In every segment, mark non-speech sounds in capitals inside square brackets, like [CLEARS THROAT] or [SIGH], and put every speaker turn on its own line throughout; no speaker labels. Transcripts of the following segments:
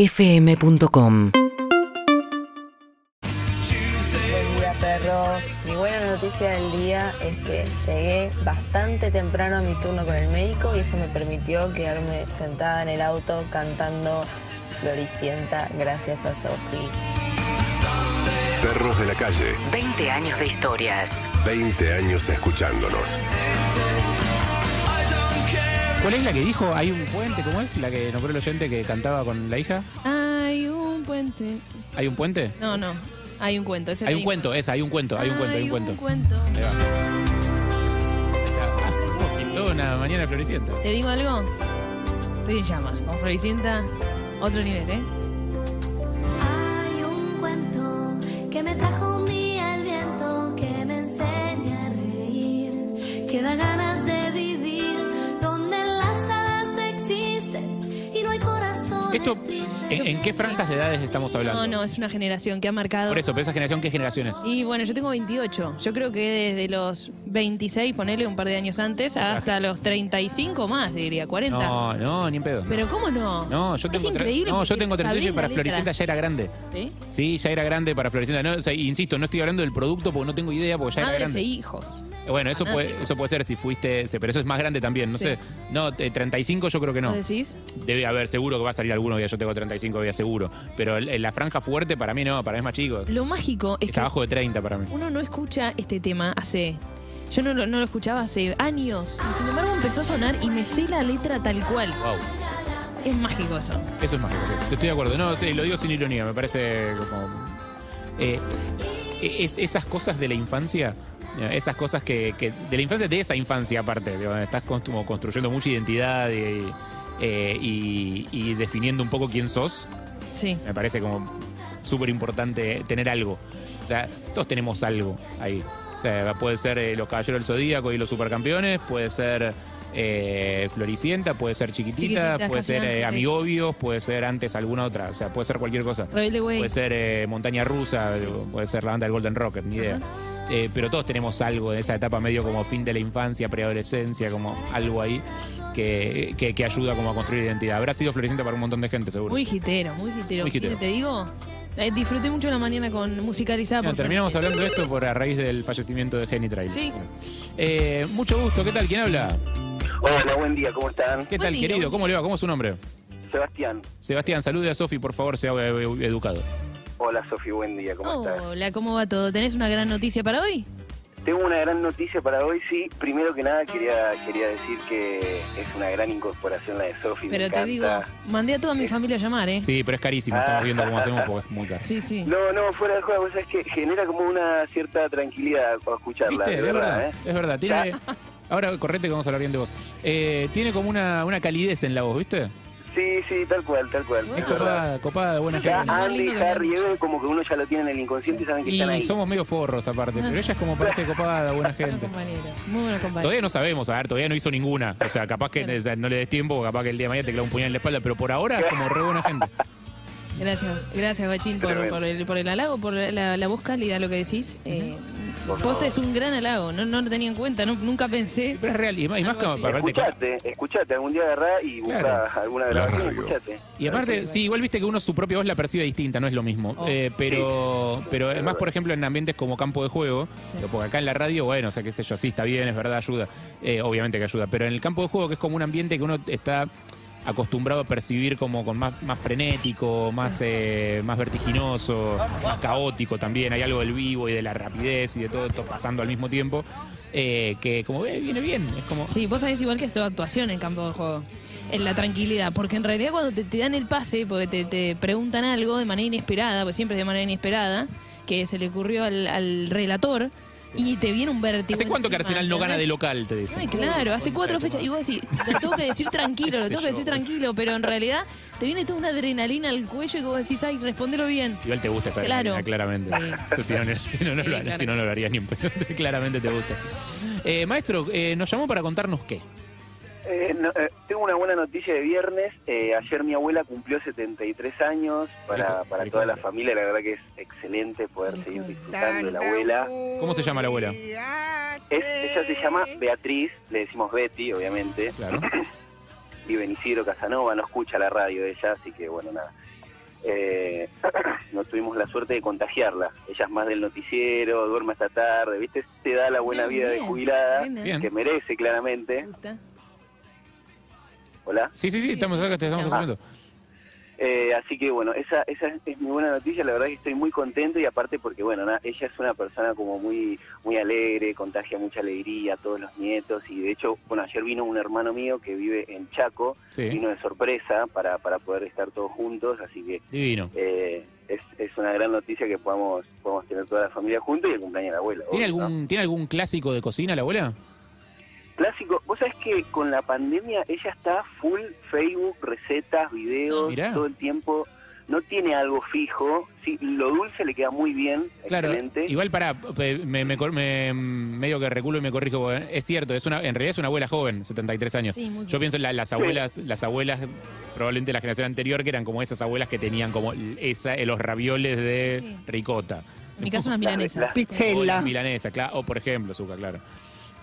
UrbanaPlayFM.com
Buen día perros. Mi buena noticia del día es que llegué bastante temprano a mi turno con el médico y eso me permitió quedarme sentada en el auto cantando Floricienta gracias a Sofi.
Perros de la calle,
20 años de historias.
20 años escuchándonos.
¿Cuál es la que dijo? Hay un puente, ¿cómo es? La que nombró el oyente que cantaba con la hija.
Hay un puente.
¿Hay un puente?
No, no. Hay un cuento. ese
Hay un
digo.
cuento, esa, hay un cuento, hay un cuento, hay un cuento. Ahí
cuento.
va. Ah, pintó una mañana floreciente.
¿Te digo algo? Estoy en llamas. Con Floricienta, otro nivel, ¿eh?
Hay un cuento que me trajo un día el viento que me enseña a reír, que da ganas de vivir, donde las hadas existen y no hay corazón.
Esto, ¿en, en qué franjas de edades estamos hablando?
No, no, es una generación que ha marcado.
Por eso, pero esa generación, ¿qué generaciones?
Y bueno, yo tengo 28. Yo creo que desde los 26, ponele un par de años antes, hasta los 35 más, diría, 40.
No, no, ni en pedo. no.
Pero ¿cómo no?
No, yo tengo,
es
tre-
increíble.
no, yo
porque
tengo 38
sabés
y
la ¿eh?
para
letra.
Floricienta ya era grande.
¿Sí?
Sí, ya era grande para Floricienta. No, o sea, insisto, no estoy hablando del producto porque no tengo idea, porque ya era
Madres e
grande.
hijos.
Bueno, eso puede,
fanáticos.
eso puede ser si fuiste, se- pero eso es más grande también, no
Sí.
sé. No, eh, 35 yo creo que
¿No
no.
decís?
Debe haber, seguro que va a salir alguno día. Yo tengo 35 días seguro. Pero el- el- la franja fuerte para mí no, para mí es más chico.
Lo mágico es
Es
que
abajo de 30 para mí.
uno no escucha este tema hace. Yo no lo, no lo escuchaba hace años. Y sin embargo empezó a sonar y me sé la letra tal cual.
Wow,
Es mágico eso.
eso es mágico. sí. Estoy de acuerdo. No, sí, lo digo sin ironía, me parece como. eh, es, esas cosas de la infancia. eh, Esas cosas que, que- De la infancia, de esa infancia aparte. digo, Estás constru- como construyendo mucha identidad y, eh, y- y definiendo un poco quién sos.
Sí.
Me parece como súper importante tener algo. O sea, todos tenemos algo ahí. O sea, puede ser eh, los Caballeros del Zodíaco y los Supercampeones, puede ser eh, Floricienta, puede ser Chiquitita,
Chiquititas,
puede
Casi
ser eh,
Ángeles.
Amigobios, puede ser antes alguna otra. O sea, puede ser cualquier cosa.
Rebelde Way.
Puede ser eh, Montaña Rusa, digo, puede ser la banda del Golden Rocket, ni idea. Eh, pero todos tenemos algo de esa etapa medio como fin de la infancia, preadolescencia, como algo ahí que, que- que ayuda como a construir identidad. Habrá sido floreciente para un montón de gente, seguro.
Muy jitero, muy jitero.
Muy jitero.
¿Qué Te digo, Eh, disfruté mucho la mañana con musicalizada.
Bueno,
por
terminamos
Floricienta.
hablando de esto por a raíz del fallecimiento de Jenny Trail.
Sí.
Eh, mucho gusto, ¿qué tal? ¿Quién habla?
Hola, buen día, ¿cómo están?
¿Qué
Buen
tal,
día, buen
querido?
día.
¿Cómo le va? ¿Cómo es su nombre?
Sebastián.
Sebastián, salude a Sofi, por favor, sea eh, educado.
Hola, Sofi, buen día, ¿cómo estás?
Hola, ¿cómo va todo? ¿Tenés una gran noticia para hoy?
Tengo una gran noticia para hoy, sí. Primero que nada, quería quería decir que es una gran incorporación la de Sofi. me
Pero te
encanta.
digo, mandé a toda mi familia a llamar, ¿eh?
Sí, pero es carísimo, estamos viendo cómo hacemos porque es muy caro.
sí. sí.
No, no, fuera de juego, es que genera como una cierta tranquilidad cuando escucharla,
¿Viste?
de
Es
verdad,
verdad,
¿eh?
es verdad.
[LAUGHS]
Tiene, ahora correte que vamos a hablar bien de vos. Eh, tiene como una, una calidez en la voz, ¿viste?
Sí, sí, tal cual, tal cual.
Es
es verdad.
copada, copada, de buena
Ya
gente.
Lo más
Andy,
lindo que me han
Harry,
dicho.
Eve, como que uno ya lo tiene en el inconsciente y saben Ah, que están
Y
ahí.
somos medio forros aparte, pero ella es como parece copada,
[LAUGHS]
buena gente.
compañeros, muy buenos compañeros.
Todavía no sabemos, a ver, todavía no hizo ninguna. O sea, capaz que o sea, no le des tiempo, capaz que el día de mañana te clava un puñal en la espalda, pero por ahora es como re buena gente.
Gracias, gracias Bachín por,
Tremendo.
por el, por el halago, por la, la voz cálida, lo que decís. Eh,
Por
posta
favor.
es un gran halago, no, no lo tenía en cuenta, no- nunca pensé.
Pero es real, y más, y más que
Algo así.
aparte-
Escuchate, escuchate, algún día agarrá y busca
Claro.
alguna
La
grabación y
radio.
escuchate.
Y aparte, sí, igual viste que uno su propia voz la percibe distinta, no es lo mismo.
Oh.
Eh, pero, pero además, por ejemplo, en ambientes como campo de juego,
Sí.
porque acá en la radio, bueno, o sea, qué sé yo, sí, está bien, es verdad, ayuda. Eh, obviamente que ayuda. Pero en el campo de juego, que es como un ambiente que uno está acostumbrado a percibir como con más, más frenético, más, eh, más vertiginoso, más caótico también. Hay algo del vivo y de la rapidez y de todo esto pasando al mismo tiempo. eh, que como eh, viene bien, es como
Sí, vos sabés igual que es toda actuación en campo de juego, en la tranquilidad, porque en realidad cuando te, te dan el pase, porque te, te preguntan algo de manera inesperada, pues siempre es de manera inesperada, que se le ocurrió al, al relator y te viene un vértigo.
¿Hace cuánto que
encima,
Arsenal no gana de
¿entendés?
local? Te dicen.
Ay, claro, hace cuatro fechas. Y vos decís, lo tengo que
[LAUGHS]
decir tranquilo, lo
Qué
tengo
sé
que decir
yo.
tranquilo, pero en realidad te viene toda una adrenalina al cuello y vos decís, ay, respondelo bien.
Igual te gusta esa
Claro.
adrenalina, claramente.
Sí.
[LAUGHS] Eso si no, no- si no, no
Sí,
lo, harías,
claro.
si no, no lo harías ni un pedo. [LAUGHS] claramente te gusta. Eh, maestro, eh, nos llamó para contarnos qué.
Eh, no, eh, tengo una buena noticia de viernes. Eh, ayer mi abuela cumplió 73 años. Para,
Feliz-
para
feliz
toda la
cumple.
familia, la verdad que es excelente poder
Feliz
seguir
cumple.
disfrutando de la abuela.
¿Cómo se llama la abuela?
Es, ella se llama Beatriz, le decimos Betty, obviamente.
Claro.
Steven Isidro Casanova, no escucha la radio ella, así que bueno, nada. Eh, [CLEARS THROAT] no tuvimos la suerte de contagiarla. Ella es más del noticiero, duerme hasta tarde, ¿viste? Te da la buena
Bien,
vida de
bien,
jubilada,
buena.
Bien.
que merece claramente.
¿Eh?
Me gusta.
Hola.
Sí, sí, sí, estamos acá, te estamos
Chao.
escuchando.
Eh, así que bueno, esa, esa es, es mi buena noticia, la verdad es que estoy muy contento y aparte porque bueno, na- ella es una persona como muy muy alegre, contagia mucha alegría a todos los nietos y de hecho, bueno, ayer vino un hermano mío que vive en Chaco,
Sí,
vino de sorpresa para, para poder estar todos juntos, así que
divino.
eh, es, es una gran noticia que podamos, podamos tener toda la familia juntos y el cumpleaños de la abuela.
¿Tiene
obvio, ¿no?
algún, ¿Tiene algún clásico de cocina la abuela?
Clásico, vos sabés que con la pandemia ella está full Facebook, recetas, videos,
Sí. Mirá.
todo el tiempo. No tiene algo fijo. Sí, lo dulce le queda muy bien,
Claro,
excelente.
igual para, me, me cor- me- medio que reculo y me corrijo, porque es cierto, es una, en realidad es una abuela joven, 73 años.
Sí, muy
Yo pienso en la- las abuelas, las abuelas probablemente de la generación anterior, que eran como esas abuelas que tenían como esa, los ravioles de
Sí.
ricota.
En mi caso, unas
Las-
milanesas.
las-
O las
Pizzella,
milanesas, claro, o por ejemplo, azúcar, claro.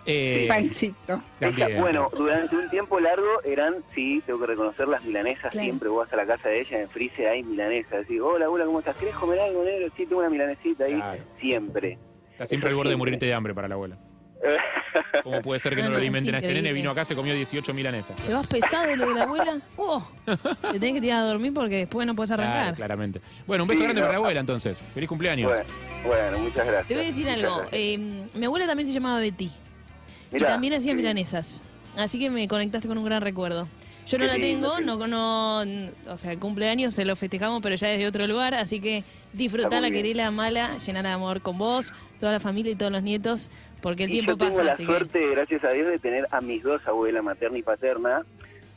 Eh,
pancito.
también.
Ella, bueno, durante un tiempo largo eran, sí, tengo que reconocer, las milanesas.
Claro.
Siempre vas a la casa de ella, en Frise hay milanesas. Decís, hola, abuela, ¿cómo estás? ¿Querés comer algo, negro? Sí, tengo una milanesita ahí.
Claro.
Siempre.
Está siempre al borde de morirte de hambre para la
[LAUGHS]
abuela. ¿Cómo puede ser que no,
No,
lo
no, es
alimenten a este nene?
increíble.
Vino acá, se comió 18 milanesas.
¿Te vas pesado lo de
[LAUGHS]
la abuela? ¡Oh! Te tenés que tirar a dormir porque después no puedes
Claro,
arrancar.
claramente. Bueno, un beso
Sí,
grande
no.
para la abuela entonces. Feliz cumpleaños.
Bueno, bueno, muchas gracias.
Te voy a decir
Muchas
algo.
gracias.
eh, mi abuela también se llamaba Betty. y
Mirá,
también hacía
sí.
milanesas. Así que me conectaste con un gran recuerdo. Yo no
Qué
la
lindo,
tengo,
qué
no, no, o sea, el cumpleaños se lo festejamos, pero ya desde otro lugar, así que
Está
disfrutala,
muy bien.
querela, mala, llenala de amor con vos, toda la familia y todos los nietos, porque el
Y
tiempo
yo tengo
pasa,
la
así que
suerte, gracias a Dios, de tener a mis dos abuelas, materna y paterna.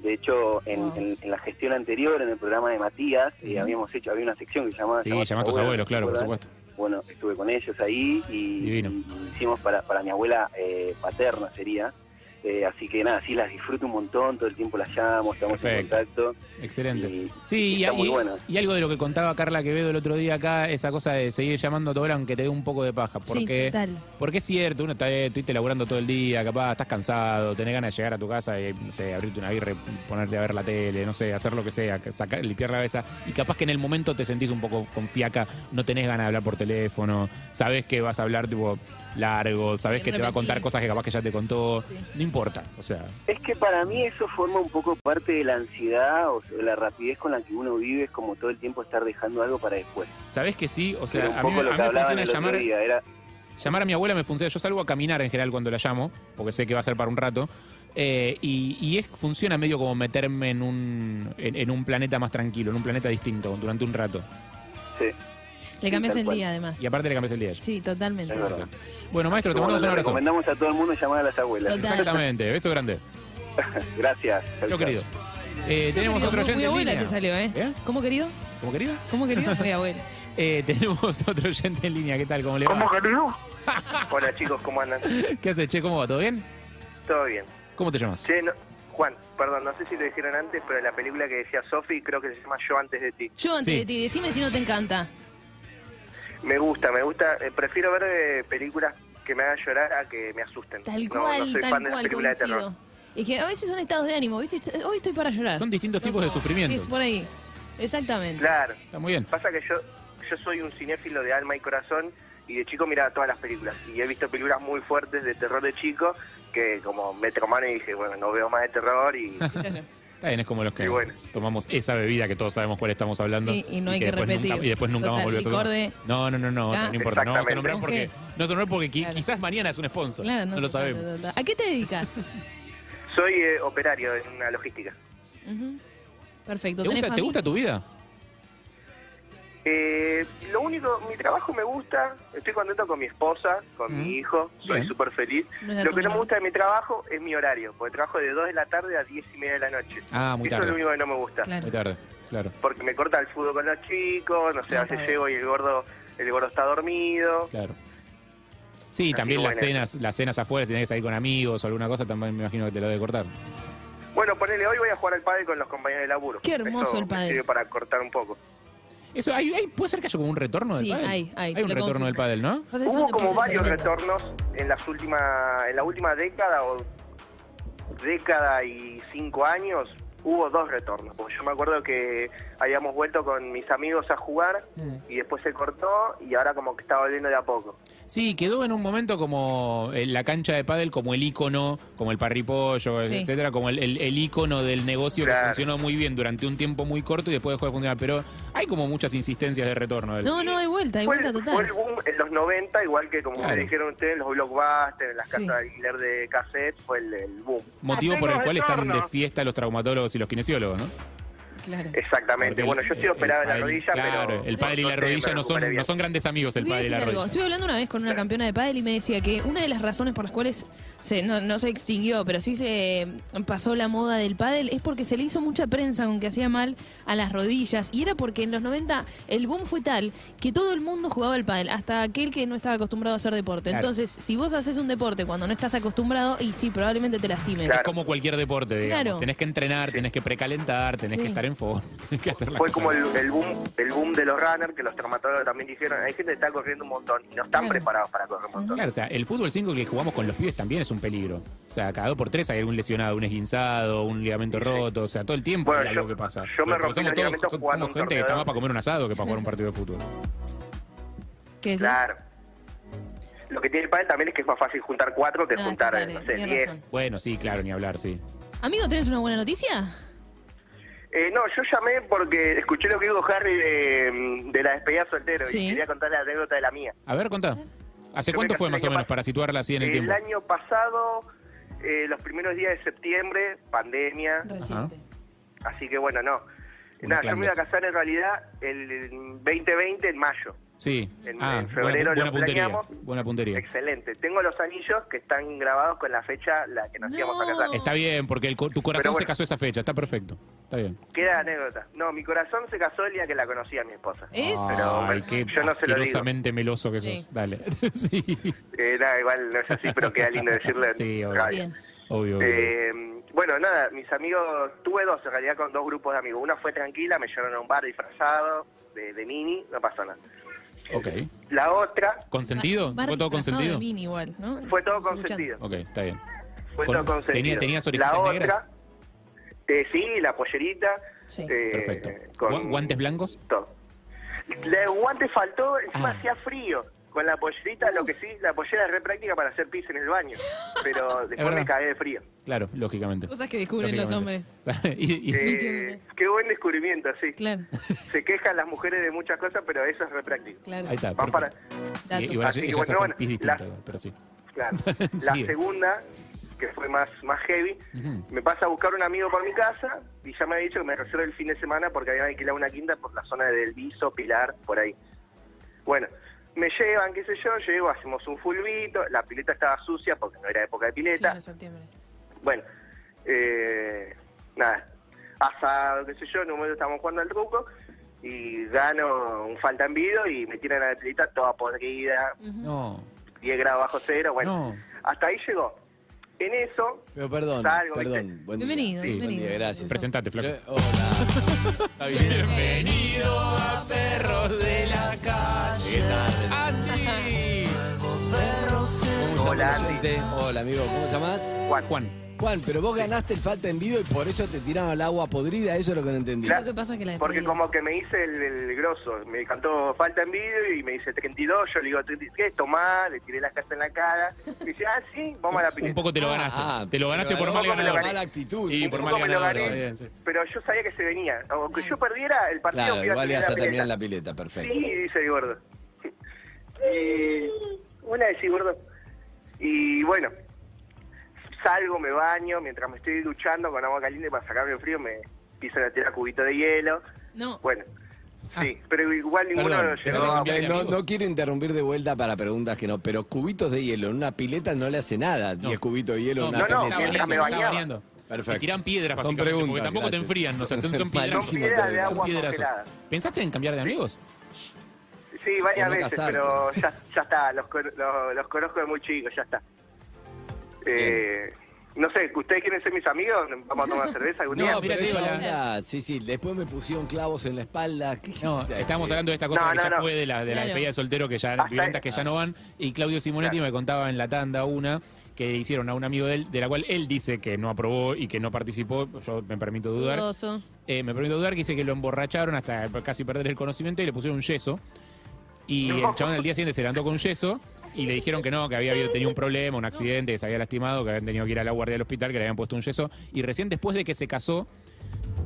De hecho, en,
Wow.
en- en la gestión anterior, en el programa de Matías, eh, habíamos hecho, había una sección que se llamaba...
Sí, llamá a tus abuelos, claro, por
¿recuerdan?
supuesto.
Bueno, estuve con ellos ahí y,
Divino.
y hicimos para, para mi abuela eh, paterna, sería. Eh, así que nada, sí, las disfruto un montón, todo el tiempo las llamo, estamos
Perfecto.
en contacto.
Excelente.
Y-
Sí, y,
y está muy
y-
bueno.
y algo de lo que contaba Carla Quevedo el otro día acá, esa cosa de seguir llamando a tu hora aunque te dé un poco de paja.
Sí,
Porque,
total.
porque es cierto, uno está, eh, estuviste laburando todo el día, capaz, estás cansado, tenés ganas de llegar a tu casa y, no sé, abrirte una birra, y ponerte a ver la tele, no sé, hacer lo que sea, que sacar, limpiar la cabeza. Y capaz que en el momento te sentís un poco con fiaca, no tenés ganas de hablar por teléfono, sabés que vas a hablar tipo largo, sabés que te va a contar
Repetí.
cosas que capaz que ya te contó. No importa, o sea,
Es que para mí eso forma un poco parte de la ansiedad o sea, la rapidez con la que uno vive, es como todo el tiempo estar dejando algo para después.
sabés que sí, o
Pero
sea,
un
a mí,
poco
a mí
lo que
me
hablaban
funciona
el otro
llamar.
día era
Llamar a mi abuela me funciona. Yo salgo a caminar en general cuando la llamo, porque sé que va a ser para un rato. eh, y y es, funciona medio como meterme en un, en, en un planeta más tranquilo, en un planeta distinto durante un rato.
Sí.
le cambias
tal
el
cual.
día además.
Y aparte le cambias el día.
Sí, totalmente.
Es verdad.
Bueno, maestro, te
Bueno,
mandamos
le
un abrazo.
recomendamos a todo el mundo llamar a las abuelas.
Total.
Exactamente, beso grande.
[LAUGHS] Gracias. Chau,
Yo
chau.
querido. Eh, tenemos
Querido,
otro
muy-
oyente.
Muy
en
abuela
línea.
te salió, ¿eh?
¿Eh?
¿Cómo querido?
¿Cómo querido? [LAUGHS]
¿Cómo querido? Muy abuela.
Eh, [LAUGHS] tenemos otro oyente en línea. ¿Qué tal? ¿Cómo le va?
[LAUGHS] Hola chicos, ¿cómo andan?
¿Qué haces, che? ¿Cómo va? ¿Todo bien?
Todo bien.
¿Cómo te llamas?
Che, no- Juan, perdón, no sé si lo dijeron antes, pero la película que decía Sofi creo que se llama Yo antes de ti.
Yo antes
Sí.
de ti, decime si no te encanta.
Me gusta, me gusta. eh, prefiero ver eh, películas que me hagan llorar a que me asusten.
Tal
No-
cual,
no, soy
tal
fan de las
cual,
películas de terror.
coincido. Es que a veces son estados de ánimo, ¿viste? Hoy estoy para llorar.
Son distintos tipos de
Loco,
sufrimiento.
Es por ahí. Exactamente.
Claro.
Está muy bien.
Pasa que yo, yo soy un cinéfilo de alma y corazón y de chico miraba todas las películas. Y he visto películas muy fuertes de terror de chico que como me traumaron y dije, bueno, no veo más de terror
[LAUGHS]
y...
Está bien, es como los que
Y bueno.
tomamos esa bebida que todos sabemos cuál estamos hablando.
Sí, y no hay que
después
repetir.
nunca- y después nunca vamos
Total,
a volver a
licor
tomar. No, no, no, no,
Ah.
no importa. No vamos a
Exactamente.
nombrar porque,
Ok.
no vamos a nombrar porque qui-
Claro.
quizás mañana es un sponsor.
Claro,
no, lo
total,
sabemos.
total. ¿A qué te dedicas? [LAUGHS]
Soy eh, operario en una logística.
Ujú. Perfecto.
¿Te
¿Tenés
gusta, ¿Te
familia?
gusta tu vida?
Eh, lo único, mi trabajo me gusta, estoy contento con mi esposa, con
Mm.
mi hijo, soy
Bien.
súper feliz.
No es dato
Lo que no me
menor.
gusta de mi trabajo es mi horario, porque trabajo de 2 de la tarde a 10 y media de la noche.
Ah, muy
Eso es lo
tarde.
único que no me gusta,
Claro.
Muy tarde, claro,
porque me corta el fútbol con los chicos, no sé,
No, está
a veces
bien.
llego y el gordo, el gordo está dormido.
claro. Sí,
Así
también
que
las
bueno.
cenas, las cenas afuera, si tenés que salir con amigos o alguna cosa, también me imagino que te lo debe cortar.
Bueno, ponele, hoy voy a jugar al pádel con los compañeros de laburo.
Qué hermoso
Eso
el
me
pádel.
sirve para cortar un poco.
Eso, hay, hay- ¿Puede ser que haya como un retorno del
Sí,
pádel?
hay, hay,
Hay un
te lo
retorno del
confirmo.
pádel, ¿no?
Vos haces
Hubo
un
como
deporte
varios
tremendo.
retornos en las últimas, en la última década o década y cinco años hubo dos retornos. Porque yo me acuerdo que habíamos vuelto con mis amigos a jugar
Mm.
y después se cortó y ahora como que está volviendo de a poco.
Sí, quedó en un momento como en la cancha de pádel como el ícono, como el parripollo,
Sí.
etcétera, como el, el, el ícono del negocio que
Claro.
funcionó muy bien durante un tiempo muy corto y después dejó de funcionar. Pero hay como muchas insistencias de retorno. del-
No, no, hay vuelta, hay
Fue-
vuelta
Fue
total.
el boom en los 90, igual que como
Claro.
me dijeron ustedes, los blockbusters, las
Sí.
casas de alquiler de cassette, fue el, el boom.
Motivo por el
Hacemos
cual están de
Ah, retorno.
fiesta los traumatólogos y los kinesiólogos, ¿no?
Claro.
Exactamente.
Porque
bueno,
el-
yo estoy
el
operado en la
pádel-
rodilla,
claro,
pero...
el padre y la rodilla
sé, me
no
recuperé
son,
bien.
no son grandes amigos el
Te voy a
padre y la
decir algo.
rodilla.
Estuve hablando una vez con una campeona de pádel y me decía que una de las razones por las cuales se, no, no se extinguió, pero sí se pasó la moda del pádel es porque se le hizo mucha prensa con que hacía mal a las rodillas y era porque en los 90 el boom fue tal que todo el mundo jugaba al pádel, hasta aquel que no estaba acostumbrado a hacer deporte.
Claro.
Entonces, si vos haces un deporte cuando no estás acostumbrado y sí, probablemente te lastimes.
Claro.
Es como cualquier deporte, digamos.
Claro.
Tenés que entrenar, tenés que precalentar, tenés
Sí.
que estar en forma, [LAUGHS] tenés que hacer las
Fue
cosas
como
bien.
el, el boom el boom de los runners, que los traumatólogos también dijeron, hay gente que está corriendo un montón y no están
Claro.
preparados para correr un montón.
Claro, o sea, el fútbol 5 que jugamos con los pibes también es un peligro. O sea, cada dos por tres hay algún lesionado, un esguinzado, un ligamento roto, o sea, todo el tiempo
Bueno,
hay
yo-
algo que pasa.
yo
Porque
me rompí
somos
los
todos-
ligamentos
somos
jugando un
gente que
torneo
está
de
más para comer un asado que para
[LAUGHS]
jugar un partido de fútbol.
¿Qué decís?
Claro. Lo que tiene el padre también es que es más fácil juntar cuatro que
Ah,
juntar,
total,
no sé,
tenés
diez.
razón.
Bueno, sí, claro, ni hablar, sí.
Amigo, ¿tenés una buena noticia?
Eh, no, yo llamé porque escuché lo que dijo Harry de, de la despedida soltero
Sí.
y quería contar la anécdota de la mía.
A ver, contá. ¿Hace
Yo me
cuánto fue
casé el
más o
año
menos
pas-
para situarla así en el tiempo?
año pasado, eh, los primeros días de septiembre, pandemia,
Reciente.
así que bueno, no.
Una
Nada, yo me iba a
clandestina.
casar en realidad el 2020 en mayo.
Sí.
En-
Ah,
en
buena,
febrero
buena
lo
puntería.
planeamos.
Buena puntería.
Excelente. Tengo los anillos que están grabados con la fecha la que nos
No.
íbamos a casar.
Está bien, porque el co- tu corazón
Pero bueno.
se casó esa fecha, está perfecto. Está bien.
Queda anécdota. No, mi corazón se casó el día que la conocí a mi esposa.
Eso.
Pero,
Ay,
bueno,
qué
yo no se lo digo.
asquerosamente meloso que sos.
Sí.
Dale. [LAUGHS] sí.
Eh, nada, igual no es así, pero queda lindo decirle.
[LAUGHS]
en
Sí, obvio.
radio.
Bien.
Obvio. obvio.
Eh, bueno, nada, mis amigos, tuve dos en realidad con dos grupos de amigos. Una fue tranquila, me llevaron a un bar disfrazado de, de mini, no pasó nada.
ok.
La otra
¿Consentido?
Bar
¿Fue todo
disfrazado de
consentido?
mini igual, ¿no?
fue todo
Estamos
consentido.
Ok, está bien.
Fue
Con-
todo consentido.
tenía- ¿Tenías
La
orejitas
otra,
negras?
eh, sí, la pollerita.
Sí.
eh,
Perfecto.
con
Gua- ¿Guantes blancos?
todo. La de guante faltó, encima
Ah.
hacía frío. Con la pollerita, lo que sí, la pollera es re práctica para hacer pis en
[LAUGHS]
el baño. Pero después
verdad.
me cagué de frío.
Claro, lógicamente.
Cosas que descubren los hombres.
Lógicamente. [LAUGHS] y, y-
Eh, qué buen descubrimiento, sí.
Claro,
Se quejan las mujeres de muchas cosas, pero eso es re práctico.
claro.
Ahí está.
Van para-
Ah, perfecto. Sí,
Dato.
igual ellas,
Así que
ellas
bueno,
hacen
bueno,
pis
la-
distinto, pero sí.
Claro. La
Sí.
segunda, que fue más, más heavy, me pasa a buscar un amigo por mi casa y ya me había dicho que me reserve el fin de semana porque habían alquilado una quinta por la zona del Viso, Pilar, por ahí. Bueno, me llevan, qué sé yo, llego, hacemos un fulbito, la pileta estaba sucia porque no era época de pileta.
Claro, septiembre.
Bueno, eh, nada, asado, qué sé yo, en un momento estamos jugando al truco y gano un falta en vido y me tiran a la pileta toda podrida,
No.
10 grados bajo cero, bueno,
No.
hasta ahí llegó. En eso,
Pero perdón,
Salgo,
perdón.
¿viste?
Buen día.
Bienvenido,
Sí.
bienvenido.
Buen día, gracias.
Presentate, flaco.
Pero- hola. Está bien.
Bienvenido a Perros de la
¿Qué
Calle.
tal?
Andy.
¿Cómo se
Hola,
llama,
Andy.
oyente? Hola, amigo. ¿Cómo te llamás?
Juan,
Ah, Juan.
Juan, pero vos ganaste el falta en vivo y por eso te tiraron al agua podrida. Eso es lo que no entendí.
Lo que pasa es que la
porque
despedida.
como que me hice el, el grosso, me cantó falta en vídeo y me dice 32, yo le digo, ¿qué es? Tomá, le tiré las cartas en la cara. Me dice, ah, sí, vamos a la pileta.
Un poco te lo ganaste.
Ah,
te lo ganaste por
pero
mal
vos con la
ganador.
mala actitud.
Y
Un
por
Un
mal
poco me lo
ganador.
gané,
está bien, sí.
pero yo sabía que se venía. Aunque yo perdiera, el partido
Claro,
que iba
igual
a
ibas a terminar
terminar
en la pileta. Perfecto.
Sí, dice el gordo. [LAUGHS] Y una de sí, gordo. Y bueno, salgo, me baño, mientras me estoy duchando con agua caliente para sacarme el frío, me empiezan a tirar cubito de hielo.
No,
Bueno,
[LAUGHS]
sí, pero igual ninguno
Perdón,
lo
pero
llegó. a-
no,
cambiar de
no-
amigos.
no quiero interrumpir de vuelta para preguntas que no, pero cubitos de hielo en una pileta no le hace nada. 10 cubitos de hielo en una
no,
pileta.
mientras
estaba
me
bañando,
bañaba.
bañando.
Perfecto.
Y tiran piedras,
Son
básicamente,
preguntas,
porque tampoco
gracias.
te enfrían. O
[LAUGHS]
sea, son, son piedras.
Malísimo
Son piedras
todo
de
eso.
agua
piedrazos.
congelada.
¿Pensaste en cambiar de amigos?
Sí, varias
Por no
veces,
casarte. [LAUGHS]
pero ya, ya está, los, con- los, los conozco de muy chicos, ya está. Eh, No sé, ¿ustedes quieren ser mis amigos? ¿Vamos a tomar
[LAUGHS]
una cerveza algún
No,
día?
Ah, Mira, mira,
pero
te digo
esa
la-
onda, Ah, sí, sí, después me pusieron clavos en la espalda. ¿qué
[LAUGHS]
No,
es esa?
estábamos hablando de esta cosa
No,
que
no,
ya
no.
fue de la, de la
Claro.
despedida de soltero que ya
Hasta
violentas que
ahí.
ya no van. Y Claudio Simonetti me
Claro.
contaba en la tanda una que le hicieron a un amigo de él, de la cual él dice que no aprobó y que no participó. Yo me permito dudar.
Dudoso.
Eh, me permito dudar que dice que lo emborracharon hasta casi perder el conocimiento y le pusieron un yeso. Y el chabón al día siguiente se levantó con un yeso y le dijeron que no, que había habido, tenido un problema, un accidente, que se había lastimado, que habían tenido que ir a la guardia del hospital, que le habían puesto un yeso. Y recién después de que se casó,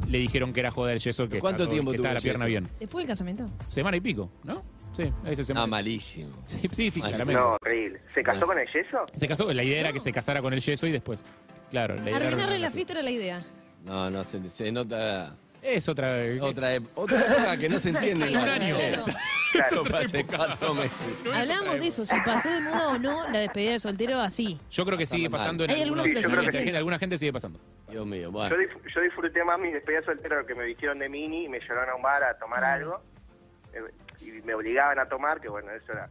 le dijeron que era joda el yeso, que, está
¿Cuánto
todo-
tiempo
que
tuvo
estaba la
el
pierna
yeso?
bien.
Después del casamiento.
Semana y pico, ¿no? Sí, ahí se semana.
Ah, malísimo.
[LAUGHS] Sí, sí, sí,
Mal.
claramente.
No, horrible. ¿Se casó con el yeso?
Se casó, la idea era que se casara con el yeso y después. Claro, la idea era-
Arruinarle la fiesta era la idea.
No, no, se, se nota
Es otra.
otra, ep-
[LAUGHS]
otra [LAUGHS] época que no se entiende.
un año.
Claro.
[LAUGHS]
Claro.
[LAUGHS] Eso fue hace cuatro meses.
Hablábamos de eso, si pasó de moda o no la despedida del soltero así.
Yo creo que sigue pasando
Pasando
en
mal. Hay algunos
algunos-
flashazos que
la
sí.
gente- alguna gente sigue pasando.
Dios mío,
Yo,
bueno.
dif- yo disfruté más mi despedida soltera que me vistieron de mini y me llevaron a un bar a
Mm.
tomar algo eh, y me obligaban a tomar, que bueno, eso era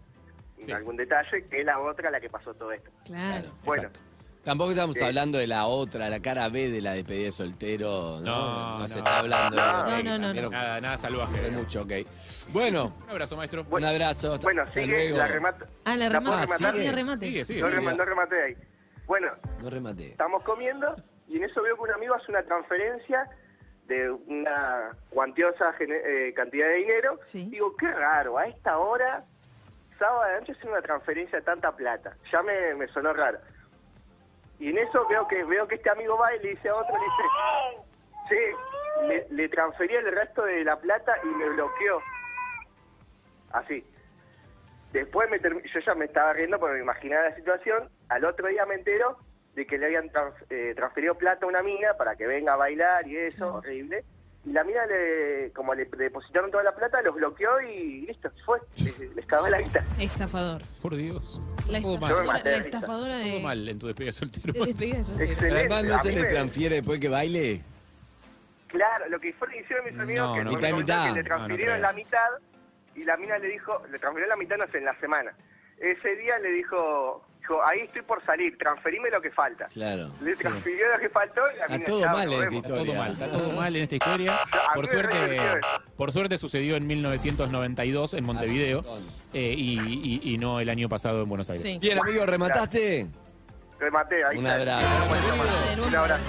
Sí.
algún detalle, que es la otra la que pasó todo esto.
Claro.
Bueno,
Exacto.
Tampoco estamos
Sí.
hablando de la otra, la cara B de la despedida de soltero. No,
No,
se
no.
está hablando.
No.
No,
ok,
no, no,
también
no.
ocurre
Nada, nada salvaje. ¿no?
mucho, ok. Bueno,
Un abrazo, maestro.
un
Bueno,
abrazo. hasta-
bueno
hasta
sigue la
luego.
remata.
Ah, la
¿La puedo
remate.
rematar?
Sí,
Sigue.
la remate.
Sigue, sigue.
No, rema- no rematé ahí. Bueno,
No remate.
estamos comiendo y en eso veo que un amigo hace una transferencia de una cuantiosa gene- eh, cantidad de dinero.
Sí.
Digo, qué raro, a esta hora, sábado de noche, hacer una transferencia de tanta plata. Ya me, me sonó raro. Y en eso veo que veo que este amigo va y le dice a otro, le dice, sí, le, le transferí el resto de la plata y me bloqueó. Así. Después me termi- yo ya me estaba riendo porque me imaginaba la situación. Al otro día me entero de que le habían trans- eh, transferido plata a una mina para que venga a bailar y eso, horrible. Y la mina, le, como le depositaron toda la plata, los bloqueó y listo, se fue. Les, les cagó la guita.
Estafador.
Por Dios.
La
Todo
estafadora,
mal.
Yo me maté
la
de risa.
estafadora de,
Todo mal en tu despedida de soltero.
de despedida del soltero.
Excelente.
Además, ¿no
A
se
mí
le
me-
transfiere después que baile?
Claro, lo que fue que hicieron mis amigos
No,
que
no,
me
mitad y
comentaron
mitad.
que le
No,
no
transfirieron
creo.
la mitad y la mina le dijo, le transfirió la mitad no sé, en la semana. Ese día le dijo, dijo, ahí estoy por salir, transferime lo que falta.
Claro.
Le transfirió lo que faltó y la
Está
mina
todo
"Chao,
mal eh,
nos
en
vemos".
esta
Está [LAUGHS] todo
Historia.
mal, está
[LAUGHS]
todo mal en esta historia. Por
mí me
suerte,
revirtió eso.
por suerte sucedió en 1992
Ah,
en Montevideo eh, y, y- y no el año pasado en Buenos Aires.
Sí.
Bien, amigo, ¿remataste?
Remate, ahí
Un
está.
abrazo.
Un abrazo.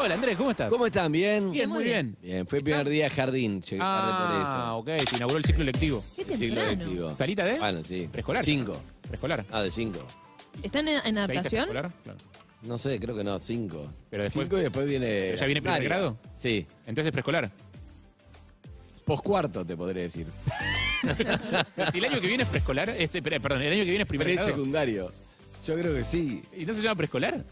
Hola Andrés, ¿cómo estás?
¿Cómo están? ¿Bien?
Bien, muy bien.
Bien, fue el primer día de jardín. Llegué
Ah, ok, se inauguró el ciclo lectivo.
Qué
tarde por eso. Siglo
temprano.
lectivo.
¿Salita de?
Bueno, sí.
Preescolar.
Cinco.
Preescolar.
Ah, de cinco.
¿Están en, en
¿Seis es
adaptación?
preescolar? Claro.
No sé, creo que no, cinco.
Pero después-
cinco y después viene.
¿Pero ya viene
la
primer
primaria.
grado?
Sí.
Entonces preescolar.
Poscuarto, te podré decir.
[LAUGHS] Si el año que viene es preescolar, es, eh, pre- perdón, el año que viene es primer grado.
Presecundario. Yo creo que sí.
¿Y no se llama preescolar?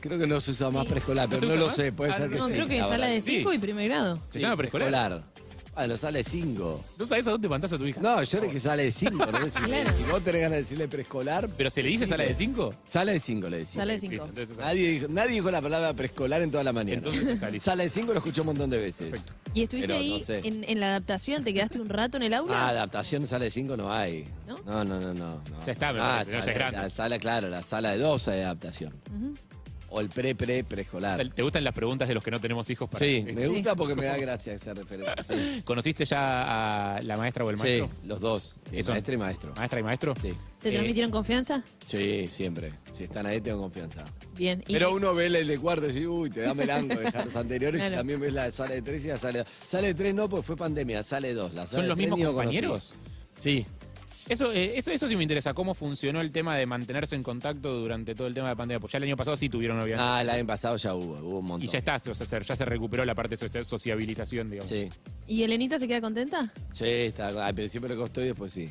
Creo que no se usa más
Sí.
preescolar,
¿No
pero
se
no
usa
lo
más?
sé. Puede
Ah,
ser que
No,
sí.
creo que
la
sala
verdad.
de
Sí.
5 y primer grado.
¿Se llama preescolar?
Bueno, sale cinco.
¿No sabes a dónde mandás a tu hija?
No, yo creo que sale de cinco. No sé si,
Claro.
si vos tenés ganas de decirle preescolar.
¿Pero se le dice sala de 5?
Sala de cinco le decimos.
Sala de
Listo,
5.
entonces,
Nadie dijo, nadie dijo la palabra preescolar en toda la mañana.
Entonces está listo.
Sala de cinco lo escuché un montón de veces.
Perfecto.
¿Y estuviste
Pero
ahí
no sé.
en, en la adaptación? ¿Te quedaste un rato en el
Ah,
aula?
adaptación sala de 5 no hay.
¿No?
No, no, no, no. no.
Ya está, me
ah,
parece, no, ya es grande.
La sala, claro, la sala de 2 hay adaptación. O el pre, pre, preescolar.
¿Te gustan las preguntas de los que no tenemos hijos? Para
Sí,
¿viste?
me gusta porque me da gracia esa referencia. Sí,
¿Conociste ya a la maestra o el
Sí,
maestro?
los dos. Sí,
Eso.
Maestra y maestro.
¿Maestra y maestro?
Sí.
¿Te
Eh,
transmitieron confianza?
Sí, siempre. Si están ahí, tengo confianza.
Bien. ¿Y eh,
Pero uno ve el de cuarto y dice, uy, te da melanco dejar los anteriores.
Claro.
Y también ves la de sala de 3 y la sala de 2. Sala de 3 no, porque fue pandemia. Sala de 2. La sala
¿Son
de
los
tres
mismos
ni lo conocí.
compañeros?
Sí,
Eso, eh, eso, eso sí me interesa, cómo funcionó el tema de mantenerse en contacto durante todo el tema de pandemia. Pues ya el año pasado sí tuvieron obviamente.
Ah, el año pasado ya hubo, hubo un montón.
y ya está, o sea, se- ya se recuperó la parte de socia- sociabilización, digamos.
Sí,
¿Y Elenita se queda contenta?
sí, está. Al principio le costó y después sí.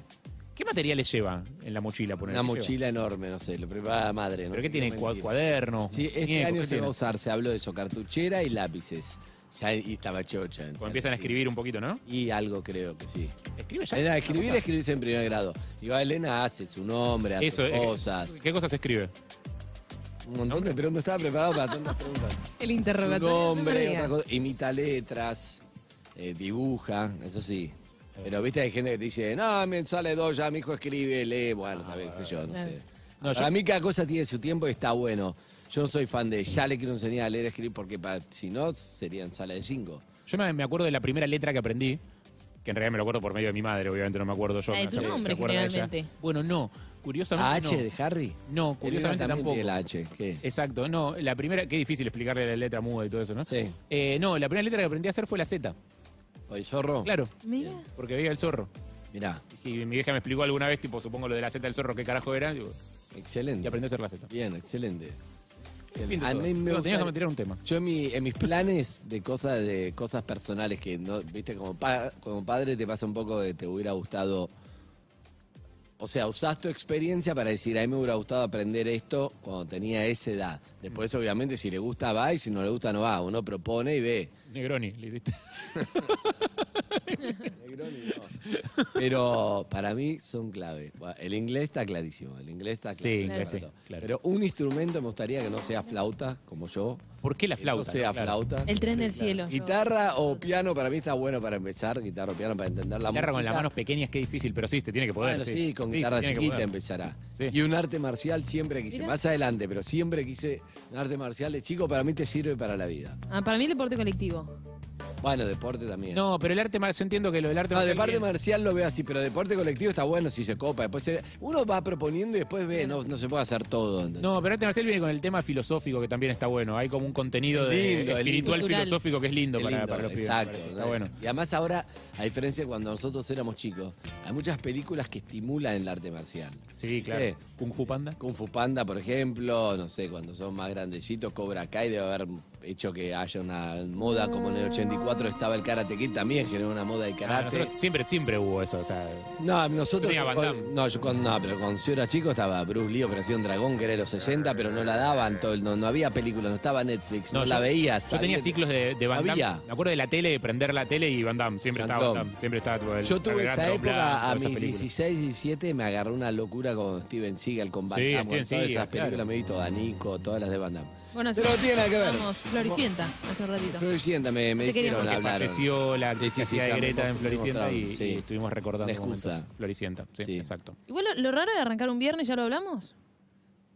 ¿Qué materiales lleva en la mochila? Por
Una mochila enorme, no sé, lo prepara la madre. ¿no?
¿Pero qué tiene?
No
Cua-
mentira.
¿Cuadernos?
Sí, este
muñecos,
año
¿qué
se va
tiene?
a usar, se habló de eso, cartuchera y lápices. Ya y estaba chocha.
Cuando empiezan a escribir un poquito, ¿no?
Y algo creo que sí.
Escribe ya.
Era escribir, escribirse en primer grado. Y va Elena, hace su nombre, hace
Eso, eh,
cosas.
¿Qué cosas escribe?
un montón de preguntas. Estaba preparado para tantas preguntas.
El
Su
interrogatorio.
nombre, otra cosa, imita letras, eh, dibuja, eso sí. Pero viste, hay gente que te dice, no, me sale dos, ya mi hijo escribe, lee, bueno, también qué sé yo, no
Claro.
sé.
No,
para
yo-
mí cada cosa tiene su tiempo y está bueno. Yo no soy fan de ya le quiero enseñar a leer y escribir porque para- si no serían sala de cinco.
Yo me, me acuerdo de la primera letra que aprendí, que en realidad me lo acuerdo por medio de mi madre, obviamente no me acuerdo yo.
La Ah, de
me
tu
acuerdo-
nombre,
acuerda ella?
generalmente.
Bueno, no,
¿A
curiosamente
H
no.
de Harry?
No, curiosamente
El libro también
tampoco.
tiene la H. ¿Qué?
Exacto, no, la primera, qué difícil explicarle la letra muda y todo eso, ¿no?
Sí.
Eh, no, la primera letra que aprendí a hacer fue la Z,
¿O el zorro?
claro,
Mira.
porque veía el zorro.
Mirá,
Y mi vieja me explicó alguna vez, tipo, supongo lo de la Z del zorro, qué carajo era, digo, y
excelente.
aprendí a hacer la Z.
Bien, excelente.
fin de
A
todo.
mí me
No, tenías
gusta-
que tirar un tema.
Yo en, mi- en mis planes de cosas de cosas personales que no, viste, como, pa- como padre te pasa un poco de te hubiera gustado. O sea, usás tu experiencia para decir, a mí me hubiera gustado aprender esto cuando tenía esa edad. Después, obviamente, si le gusta va y si no le gusta no va. Uno propone y ve.
Negroni, le hiciste.
Negroni no. Pero para mí son clave. Bueno, El inglés está clarísimo. El inglés está
Sí,
claro.
inglés sí, claro.
Pero un instrumento me gustaría que no sea flauta, como yo.
¿Por qué la
Que
flauta?
No sea
Claro.
flauta.
El tren del cielo. yo-
Guitarra o piano para mí está bueno para empezar, guitarra o piano para entender la
Guitarra
música.
con las manos pequeñas, qué difícil, pero sí, se tiene que poder.
Bueno, sí, con
se
guitarra
tiene que
chiquita
poder.
empezará.
Sí.
Y un arte marcial siempre quise,
Mirá.
más adelante, pero siempre quise un arte marcial de chico, para mí te sirve para la vida.
Ah, para mí el deporte colectivo.
Bueno, deporte también.
No, pero el arte marcial, yo entiendo que lo del arte
No, deporte
viene-
marcial lo veo así, pero deporte colectivo está bueno si se copa. Después se ve- Uno va proponiendo y después ve, no, no se puede hacer todo. ¿entendés?
No, pero arte marcial viene con el tema filosófico que también está bueno. Hay como un contenido
Es
de-
lindo, es
espiritual
lindo.
filosófico que es lindo,
Qué
para,
lindo,
para los pibes. me
Exacto.
parece.
¿no?
Está bueno.
Y además ahora, a diferencia de cuando nosotros éramos chicos, hay muchas películas que estimulan el arte marcial.
Sí, claro.
¿Qué?
Kung Fu Panda.
Kung Fu Panda, por ejemplo, no sé, cuando son más grandecitos, Cobra Kai debe haber hecho que haya una moda, como en
Mm.
el 84 estaba el Karate Kid, también generó una moda de
Ah,
karate.
nosotros siempre, siempre hubo eso. O sea,
No, nosotros.
Tenía Van Damme.
no, yo cuando, no, pero cuando yo era chico estaba Bruce Lee, Operación Dragón, que era de los 60, pero no la daban, todo, el- no, no había película, no estaba Netflix, no,
yo-
la veías.
Yo tenía
había-
ciclos de, de Van Damme.
Había.
Me acuerdo de la tele, de prender la tele y Van Damme. Siempre estaba Van
Jean-Claude.
Damme. Siempre estaba tipo, el-
Yo tuve
el
esa
gato blanco,
época, a mis
esas películas.
16, 17, me agarró una locura con Steven Seagal, con Van
Sí,
Damme, con
Steven
todas
Seagal,
esas películas
claro.
me vi todas, Nico, todas las de Van Damme.
Bueno,
Pero no tiene nada que ver.
Estamos Floricienta hace un ratito.
Floricienta, me, me
Te
dijeron,
queríamos
que
hablaron.
falleció la
Sí, sí, sí,
capacidad
ya
de
me
Greta en
mostraron,
Floricienta y,
sí.
y estuvimos recordando
Una excusa.
momentos. Floricienta, sí,
Sí.
exacto.
Igual lo, lo raro de arrancar un viernes, ¿ya lo hablamos?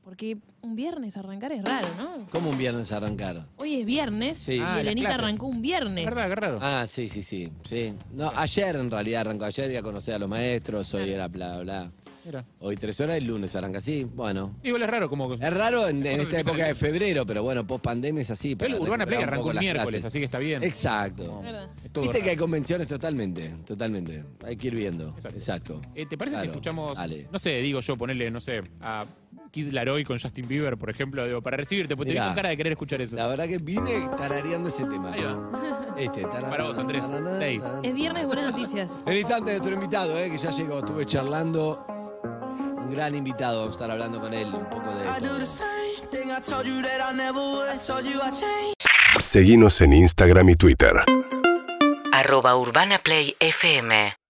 Porque un viernes arrancar es raro, ¿no?
¿Cómo un viernes arrancar?
Hoy es viernes
Sí.
y
Ah,
las
Elenita
clases.
arrancó un viernes.
¿Verdad? Qué raro.
Ah, sí, sí, sí, sí. No, ayer en realidad arrancó, ayer iba a conocer a los maestros, hoy era bla, bla.
Mira.
Hoy tres horas, el lunes arranca así, bueno.
Igual es raro como...
Es raro en, en
Cosas
esta
que
época
salen.
de febrero, pero bueno, post pandemia es así. para
Pero Urbana Play
recuperar un
arrancó
poco
el
las
miércoles,
clases.
así que está bien.
Exacto.
Verdad.
Es todo
Viste
raro.
que hay convenciones totalmente, totalmente. Hay que ir viendo.
Exacto.
Exacto.
Eh, ¿Te parece si
Claro,
escuchamos,
dale.
no sé, digo yo, ponerle, no sé, a Kid Laroi con Justin Bieber, por ejemplo, digo, para recibirte, porque te vi
Mirá.
con cara de querer escuchar eso.
La verdad que vine tarareando ese tema.
Ahí va.
Este,
Para vos, Andrés. Stay.
Es viernes, buenas noticias.
El instante de nuestro invitado, eh, que ya llegó, estuve charlando. Un gran invitado, vamos a estar hablando con él un poco de. todo.
Seguinos en Instagram y Twitter.
Arroba Urbana Play FM